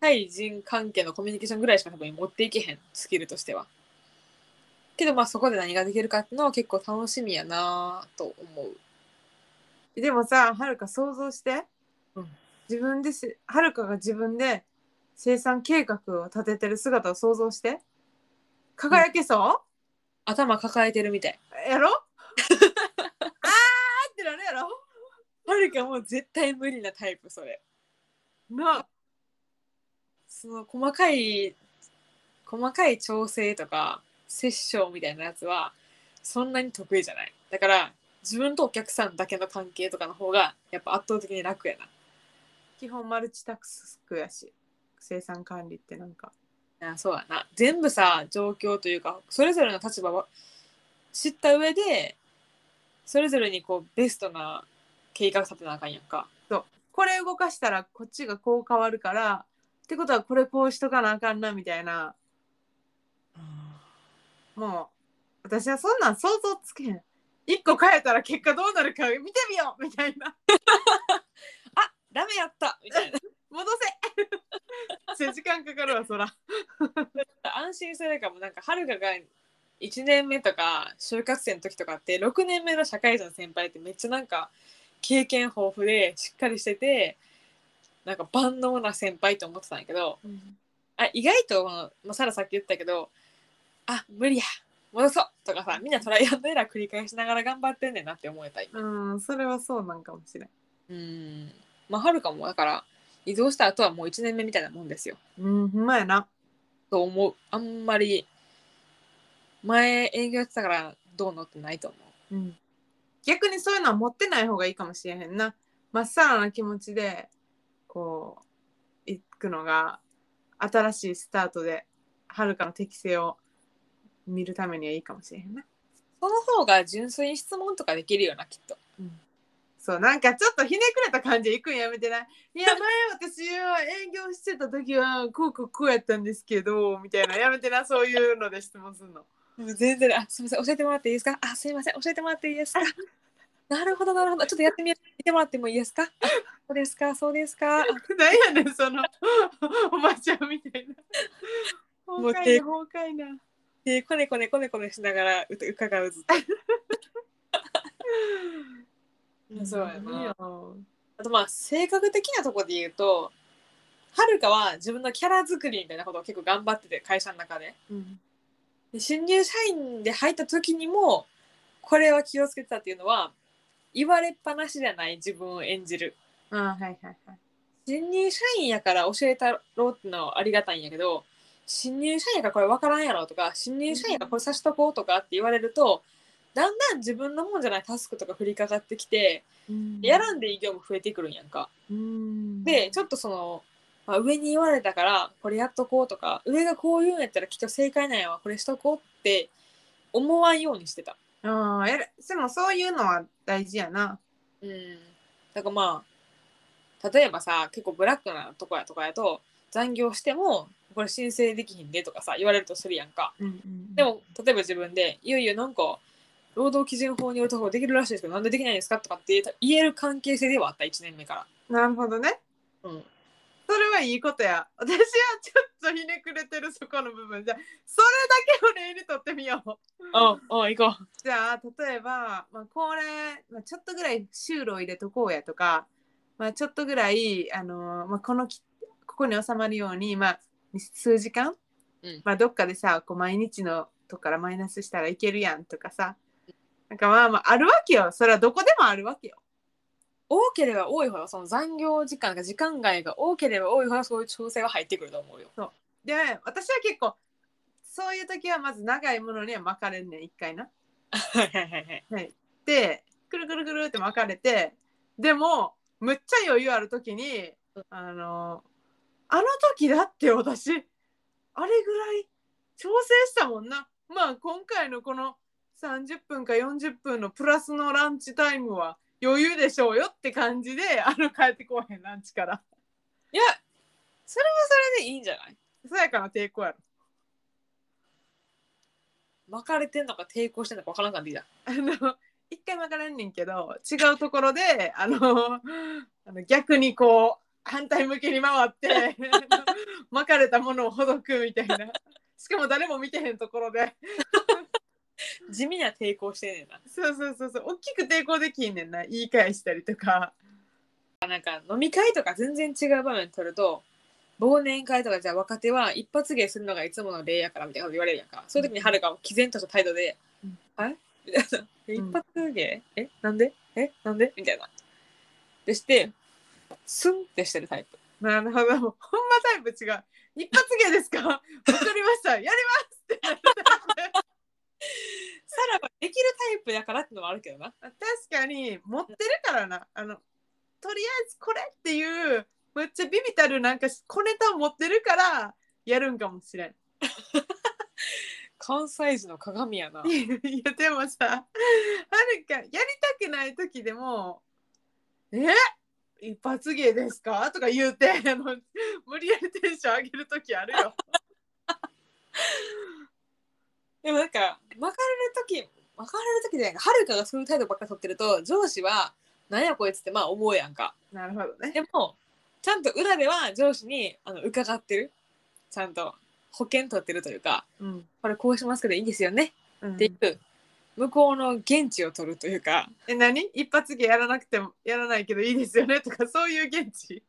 対人関係のコミュニケーションぐらいしか多分持っていけへんスキルとしては。けどまあそこで何ができるかっていうのは結構楽しみやなと思う。でもさはるか想像して、うん自分ですはるかが自分で生産計画を立ててる姿を想像して輝けそ頭抱えてるみたい。う、(laughs) やろあーってなるやろはるかもう絶対無理なタイプそれ。なあその細かい細かい調整とかセッションみたいなやつはそんなに得意じゃない。だから自分とお客さんだけの関係とかの方がやっぱ圧倒的に楽やな。基本マルチタスクやし生産管理ってなんかうやそうやな全部さ状況というかそれぞれの立場を知った上でそれぞれにこうベストな計画立てなあかんやんかこれ動かしたらこっちがこう変わるからってことはこれこうしとかなあかんなみたいなもう私はそんなん想像つけへん一個変えたら結果どうなるか見てみようみたいなあダメやったみたいな戻せめっちゃ時間かかるわそら安心するかもなんかはるかが1年目とか就活生の時とかって6年目の社会人の先輩ってめっちゃなんか経験豊富でしっかりしててなんか万能な先輩と思ってたんやけどあ意外とこの、まあ、サラさっき言ったけどあ無理や戻そうとかさみんなトライアンドエラー繰り返しながら頑張ってんねんなって思えた今うんそれはそうなんかもしれんうんまあはるかもだから移動した後はもう1年目みたいなもんですようんほんまやなと思うあんまり前営業やってたからどうのってないと思ううん逆にそういうのは持ってない方がいいかもしれへんなまっさらな気持ちでこう行くのが新しいスタートではるかの適性を見るためにはいいかもしれへんなその方が純粋に質問とかできるよなきっとそうなんかちょっとひねくれた感じで行くんやめてないいや前私は営業してた時はこうこうこうやったんですけどみたいなやめてなそういうので質問するの全然あすみません教えてもらっていいですかあすみません教えてもらっていい (laughs) ですかなるほどなるほどちょっとやってみ見てもらってもいいですかあそうですかそうですか (laughs) あ何やねんその (laughs) おばちゃんみた (laughs) いなもう崩手壊な崩壊なでこねこねこねこねしながらう伺うずっとそうやな無理よあとまあ性格的なところで言うとはるかは自分のキャラ作りみたいなことを結構頑張ってて会社の中でうんで新入社員で入った時にもこれは気をつけてたっていうのは言われっぱなしじゃない自分を演じるあはいはいはい新入社員やから教えたろうってのはありがたいんやけど新入社員やからこれ分からんやろとか新入社員やからこれさしとこうとかって言われるとだんだん自分のもんじゃないタスクとか降りかかってきてやらんでいい業務増えてくるんやんか。うんでちょっとその、まあ、上に言われたからこれやっとこうとか上がこう言うんやったらきっと正解なんやわこれしとこうって思わんようにしてた。ああやるでもそういうのは大事やなうん、だからまあ例えばさ結構ブラックなとこやとかやと残業してもこれ申請できひんでとかさ言われるとするやんかででも例えば自分で「いよいよなんか労働基準法によるところできるらしいですけどなんでできないんですか?」とかって言える関係性ではあった1年目かなるほどねら、うん、それはいいことや私はちょっとひねくれてるそこの部分じゃあそれだけを例にとってみようおうおう行こうじゃあ例えば、まあ、これ、まあ、ちょっとぐらい就労入れとこうやとか、まあ、ちょっとぐらい、あのーまあ、このきここに収まるように、まあ、数時間、うんまあ、どっかでさこう毎日のとこからマイナスしたらいけるやんとかさなんかまあまああるわけよそれはどこでもあるわけよ。多ければ多いほどその残業時間が時間外が多ければ多いほどそういう調整は入ってくると思うよで私は結構そういう時はまず長いものには巻かれんねん一回な。はいはいはいはいでくるくるくるって巻かれてでもむっちゃ余裕ある時にあのあの時だって私あれぐらい調整したもんなまあ今回のこの30分か40分のプラスのランチタイムは余裕でしょうよって感じであの帰ってこうへんランチからいやそれはそれでいいんじゃないさやかな抵抗やろ巻かれてんのか抵抗してんのか分からんかったじゃん。あの一回曲がらんねんけど違うところであのあの逆にこう反対向きに回って (laughs) あの巻かれたものをほどくみたいなしかも誰も見てへんところで地味な抵抗してんねんな。そうそうそうそう大きく抵抗できんねんな言い返したりとかなんか飲み会とか全然違う場面取ると忘年会とかじゃあ若手は一発芸するのがいつもの例やからみたいなこと言われるやんかそういう時にはるかは毅然とした態度でうん「はい?」みたいな「え一発芸えなんでえなんで?」みたいな。でしてスンってしてるタイプ。なるほどほんまタイプ違う一発芸ですかわかりましたやりさらばできるタイプやからってのもあるけどな。ま確かに持ってるからなあのとりあえずこれっていうめっちゃビビたるなんか小ネタを持ってるからやるんかもしれん。。関西人の鏡やないやでもさはるかやりたくない時でも「え一発芸ですか?」とか言うてあの無理やりテンション上げる時あるよ。でもなんか巻かれる時巻かれる時でなんかはるかがそういう態度ばっかり取ってると上司は「なんやこいつ」ってまあ思うやんか。 (laughs) なるほどね。でもちゃんと裏では上司にあの伺ってるちゃんと保険取ってるというかうんこれこうしますけどいいんですよねうんっていう向こうの現地を取るというかえ何一発芸やらなくてもやらないけどいいですよねとかそういう現地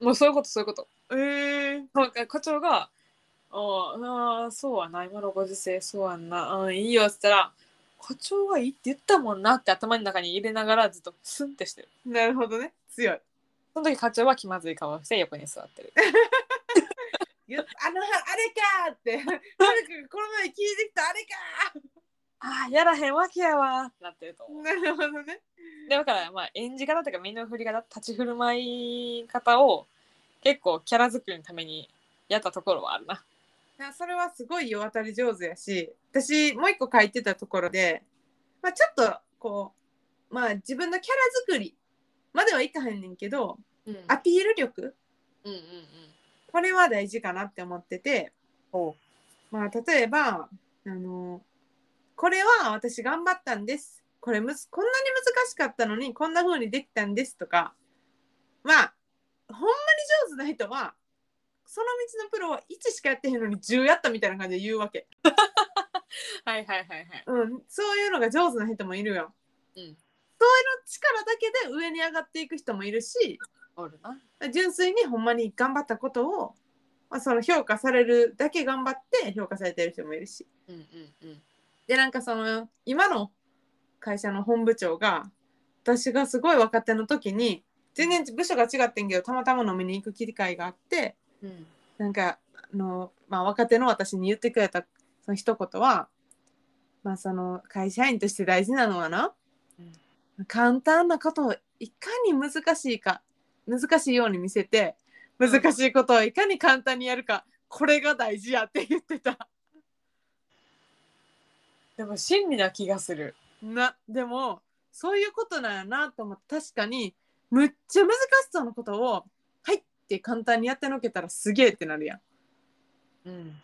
もうそういうことそういうこと。えー、なんか課長が「ああそうはな今のご時世そうはな、うん、いいよ」っつったら「課長がいいって言ったもんな」って頭の中に入れながらずっとスンってしてる。なるほどね強い。その時課長は気まずい顔して横に座ってる。よあのあれかー (laughs) ってはるかがこの前聞いてきたあれかああやらへんわけやわーってなってると思うー。なるほどね。でだからまあ演じ方というか身の振り方立ち振る舞い方を結構キャラ作りのためにやったところはあるな。なそれはすごい世渡り上手やし私もう一個書いてたところで、まあ、ちょっとこうまあ自分のキャラ作りまではいかへんねんけどうん、アピール力うんうんうん。これは大事かなって思ってて、おまあ、例えばあのこれは私頑張ったんですこれむずこんなに難しかったのにこんな風にできたんですとかまあほんまに上手な人はその道のプロは1しかやってへんのに10やったみたいな感じで言うわけ。はいはいはいはい。うん、そういうのが上手な人もいるよ。うんそういう力だけで上に上がっていく人もいるしおるな。純粋にほんまに頑張ったことを、まあ、その評価されるだけ頑張って評価されてる人もいるしうんうんうん。でなんかその今の会社の本部長が私がすごい若手の時に全然部署が違ってんけどたまたま飲みに行く機会があって、うんなんかあの、まあ、若手の私に言ってくれたその一言は、まあ、その会社員として大事なのはな、簡単なことをいかに難しいか難しいように見せて難しいことをいかに簡単にやるかこれが大事やって言ってた。でも真理な気がする。なでもそういうことなんやなと思って確かにむっちゃ難しそうなことを「はい」って簡単にやってのけたらすげえってなるやん。うん。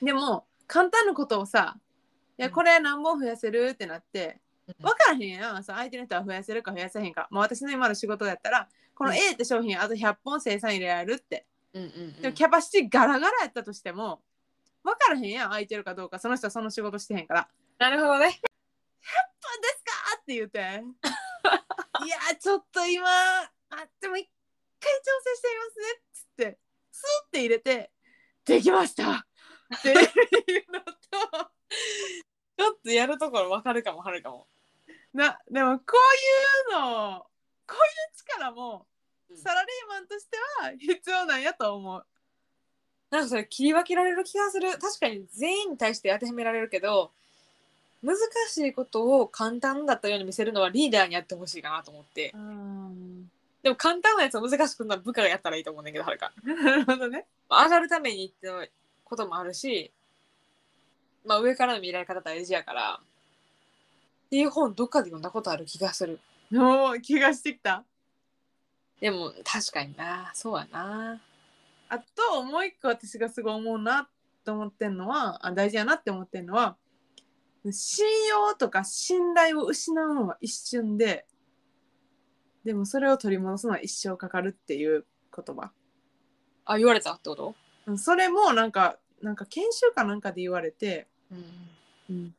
でも簡単なことをさ「いうやんこれ何本増やせる?」ってなってうん分からへんやんさ相手の人は増やせるか増やせへんかもう私の今の仕事だったらこうのん A って商品あと100本生産入れられるってうんうん、でもキャパシティガラガラやったとしても分からへんやん空いてるかどうかその人はその仕事してへんからなるほどね。 「本ですか?」っ (laughs) て言うて「いやちょっと今あでも一回調整してみますね」っつってスッて入れて「できました!」っていうのと。ちょっとやるところわかるかも、はるかも。なでもこういうのこういう力もうんサラリーマンとしては必要なんやと思う。なんかそれ切り分けられる気がする。確かに全員に対して当てはめられるけど、難しいことを簡単だったように見せるのはリーダーにやってほしいかなと思って。でも簡単なやつを難しくなるのは部下がやったらいいと思うんだけど、はるか。なるほどね。上がるためにっていうこともあるし、まあ上からの見られ方大事やから、っていう本どっかで読んだことある気がする。もう気がしてきた。でも確かにな、そうやな。あともう一個私がすごい思うなと思ってんのはあ大事やなって思ってんのは信用とか信頼を失うのは一瞬ででもそれを取り戻すのは一生かかるっていう言葉。あ、言われたってことうんそれもなんかなんか研修かなんかで言われて。うん。うん、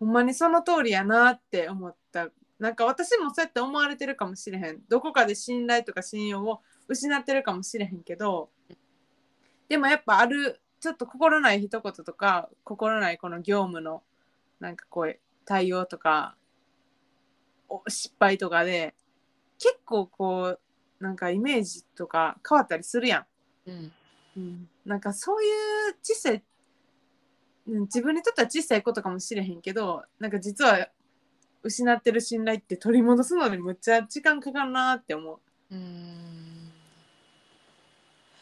ほんまにその通りやなって思ったなんか私もそうやって思われてるかもしれへんどこかで信頼とか信用を失ってるかもしれへんけどでもやっぱあるちょっと心ない一言とか心ないこの業務のなんかこう対応とかお失敗とかで結構こうなんかイメージとか変わったりするやん。うん。なんかそういう小さいうん自分にとっては小さいことかもしれへんけどなんか実は失ってる信頼って取り戻すのにむっちゃ時間かかるなって思ううーん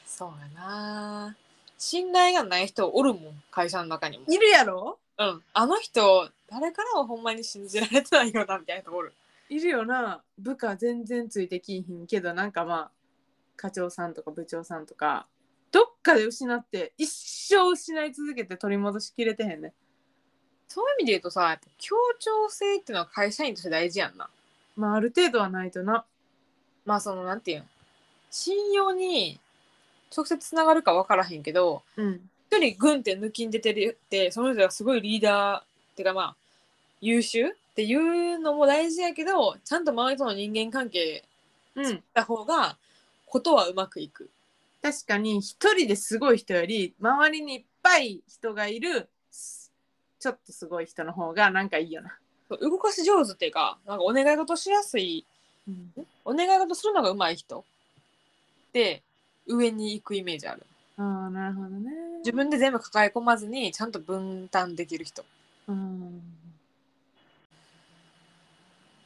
そうやな信頼がない人おるもん会社の中にも、いるやろうん、あの人誰からもほんまに信じられてないよなみたいな人おるいるよな部下全然ついてきいひんけどなんかまあ課長さんとか部長さんとかどっかで失って一生失い続けて取り戻しきれてへんねそういう意味で言うとさやっぱ協調性っていうのは会社員として大事やんなまあある程度はないとなまあそのなんていうん信用に直接つながるか分からへんけどうん一人グンって抜きに出てるってその人がすごいリーダーっていうかまあ優秀っていうのも大事やけどちゃんと周りとの人間関係うんした方がことはうまくいく確かに一人ですごい人より周りにいっぱい人がいるすちょっとすごい人の方がなんかいいよな、そう動かし上手っていうかなんかお願い事しやすいお願い事するのが上手い人で上に行くイメージあるああなるほどね自分で全部抱え込まずにちゃんと分担できる人うん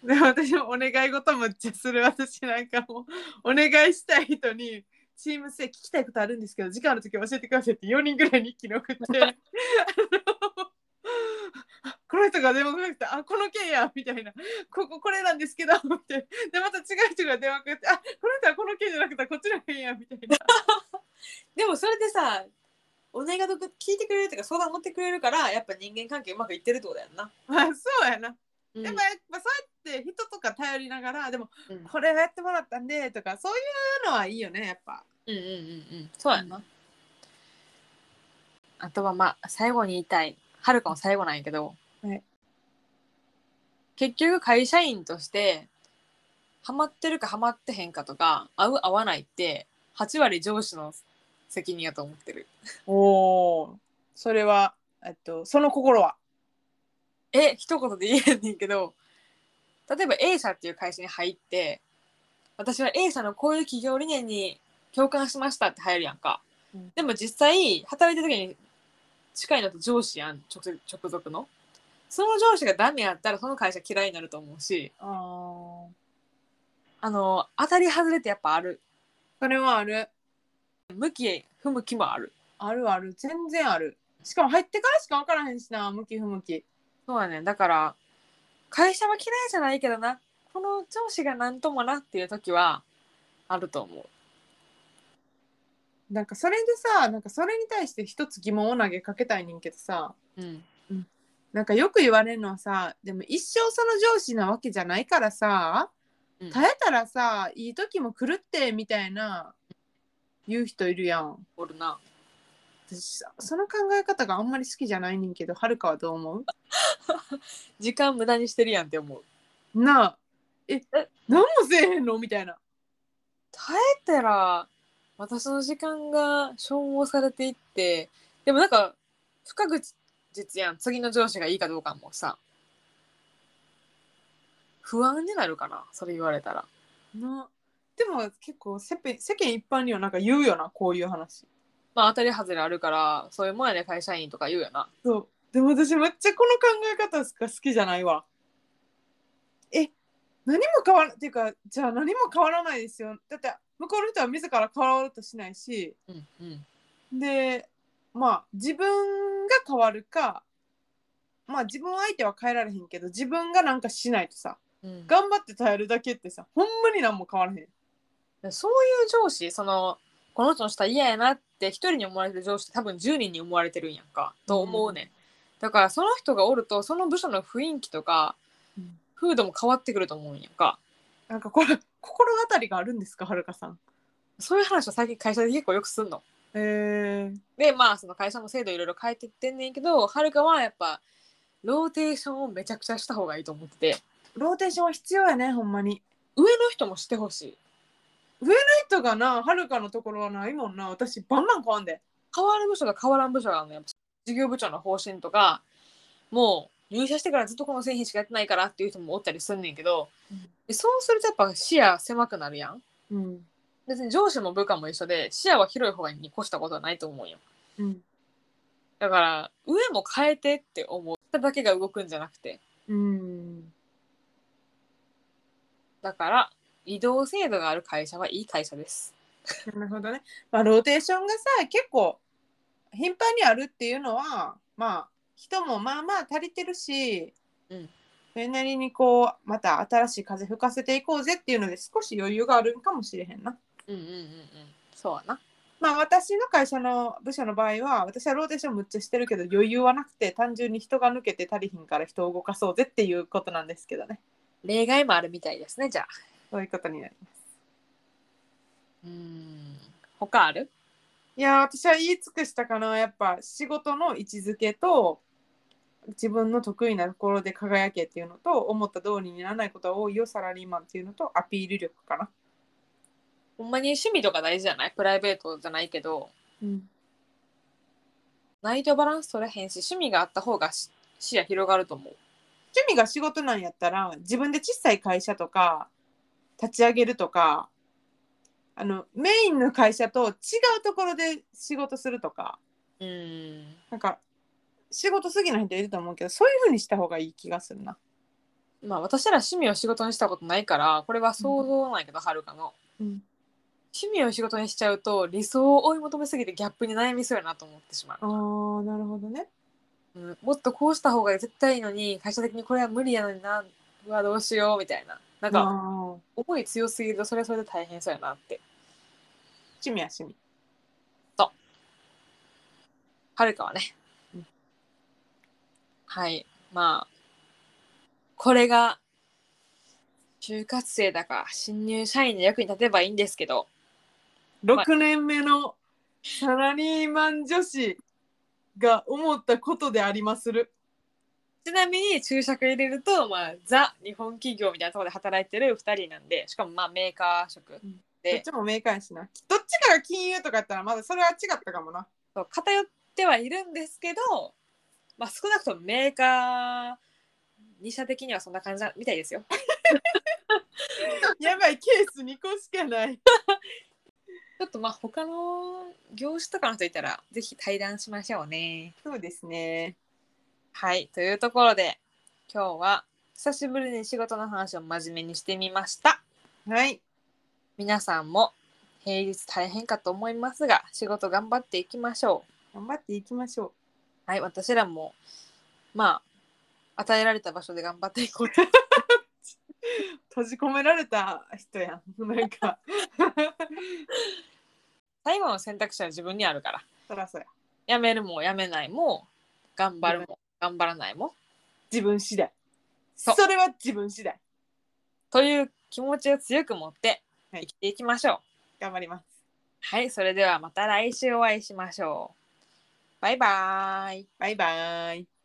でも私もお願い事むっちゃする私なんかもうお願いしたい人にチームで聞きたいことあるんですけど時間ある時教えてくださいって4人ぐらいに一気に送ってあのあこの人が電話かけてあこの件やみたいなこここれなんですけどってでまた違う人が電話かけてあこの人はこの件じゃなくてこっちの件やみたいなでもそれでさお願い事聞いてくれるとか相談持ってくれるからやっぱ人間関係うまくいってるってことやんな、まあそうやな、うんでもやっぱそうやって人とか頼りながらでもうんこれをやってもらったんでとかそういうのはいいよねやっぱうんうんうんうんそうやな、あとはまあ最後に言いたいはるかも最後なんやけど、はい結局会社員としてハマってるかハマってへんかとか合う合わないって8割上司の責任やと思ってるおおそれはえっとその心はえ一言で言えんねんけど例えば A 社っていう会社に入って私は A 社のこういう企業理念に共感しましたって入るやんか、うんでも実際働いてる時に近いのと上司やん直接直属のその上司がダメやったらその会社嫌いになると思うしああの当たり外れってやっぱあるそれはある向き不向きもあるあるある全然あるしかも入ってからしか分からへんしな向き不向きそうやねだから会社は嫌いじゃないけどなこの上司が何ともなっていう時はあると思うなんかそれでさなんかそれに対して一つ疑問を投げかけたいねんけどさうんなんかよく言われるのはさでも一生その上司なわけじゃないからさうん耐えたらさいい時も来るってみたいな言う人いるやんおるな私さその考え方があんまり好きじゃないねんけどはるかはどう思時間無駄にしてるやんって思ううなあええ何もせえへんのみたいな耐えたら私の時間が消耗されていってでもなんか不確実やん次の上司がいいかどうかもさ不安になるかなそれ言われたらなでも結構世間世間一般にはなんか言うよなこういう話まあ当たり外れあるからそういうもんやね会社員とか言うよなそうでも私めっちゃこの考え方が好きじゃないわえ何も変わらっていうかじゃあ何も変わらないですよだって向こうの人は自ら変わろうとしないしうんうんでまあ自分が変わるかまあ自分相手は変えられへんけど自分がなんかしないとさうん頑張って耐えるだけってさほんまに何も変わらへんそういう上司そのこの人の下嫌やなって一人に思われてる上司って多分10人に思われてるんやんかと思うねん、だからその人がおるとその部署の雰囲気とかうん風土も変わってくると思うんやんかなんかこれ心当たりがあるんですかはるかさんそういう話を最近会社で結構よくすんの。えー、でまあその会社の制度いろいろ変えてってんねんけどはるかはやっぱローテーションをめちゃくちゃした方がいいと思っててローテーションは必要やねほんまに上の人もしてほしい人がなはるかのところはないもんな私バンバン変わんで変わる部署が変わらん部署があるのやっぱ事業部長の方針とかもう入社してからずっとこの製品しかやってないからっていう人もおったりすんねんけど、うんでそうするとやっぱ視野狭くなるやんうん別に上司も部下も一緒で視野は広い方がいいに越したことはないと思うようんだから上も変えてって思っただけが動くんじゃなくてうんだから移動制度がある会社はいい会社ですなるほどねまあローテーションがさ結構頻繁にあるっていうのはまあ人もまあまあ足りてるし、うんそれなりにこうまた新しい風吹かせていこうぜっていうので少し余裕があるんかもしれへんな。うんうんうんうんそうやなまあ私の会社の部署の場合は私はローテーションむっちゃしてるけど余裕はなくて単純に人が抜けて足りひんから人を動かそうぜっていうことなんですけどね例外もあるみたいですねじゃあそういうことになりますうん他あるいやー私は言い尽くしたかなやっぱ仕事の位置づけと自分の得意なところで輝けっていうのと思った通りにならないことが多いよサラリーマンっていうのとアピール力かな、ほんまに趣味とか大事じゃないプライベートじゃないけどうん、内容バランス取れへんし趣味があった方がし視野広がると思う趣味が仕事なんやったら自分で小さい会社とか立ち上げるとかあのメインの会社と違うところで仕事するとかうんなんか仕事好きな人いると思うけどそういうふうにした方がいい気がするな。まあ私ら趣味を仕事にしたことないからこれは想像なんやけど、はるかのうん、趣味を仕事にしちゃうと理想を追い求めすぎてギャップに悩みそうやなと思ってしまあう、ーなるほどね。うん、もっとこうした方が絶対いいのに会社的にこれは無理やのになうわどうしようみたいななんあかー思い強すぎるとそれはそれで大変そうやなって趣味は趣味。はるかはね、うんはいまあこれが就活生だか新入社員の役に立てばいいんですけど6年目のサラリーマン女子が思ったことでありまする。ちなみに注釈入れると、まあ、ザ日本企業みたいなところで働いてる2人なんでしかもまあメーカー職どっでちも明快やしな。どっちかが金融とかやったらまだそれは違ったかもな。そう偏ってはいるんですけど、まあ、少なくともメーカー2社的にはそんな感じなみたいですよ。やばいケース2個しかない。ちょっとまあ他の業種とかの人いたらぜひ対談しましょうね。そうですね。はいというところで今日は久しぶりに仕事の話を真面目にしてみました。はい。皆さんも平日大変かと思いますが仕事頑張っていきましょ頑張っていきましょうはい私らもまあ与えられた場所で頑張っていこうと (laughs) う。閉じ込められた人やん。なん (laughs) か。最後の選択肢は自分にあるからそらそや。やめるもやめないも頑張るも頑張らないも自分次第。そうそれは自分次第。という気持ちを強く持ってはい生きていきましょう頑張ります。はい、それではまた来週お会いしましょうバイバーイバイバイ。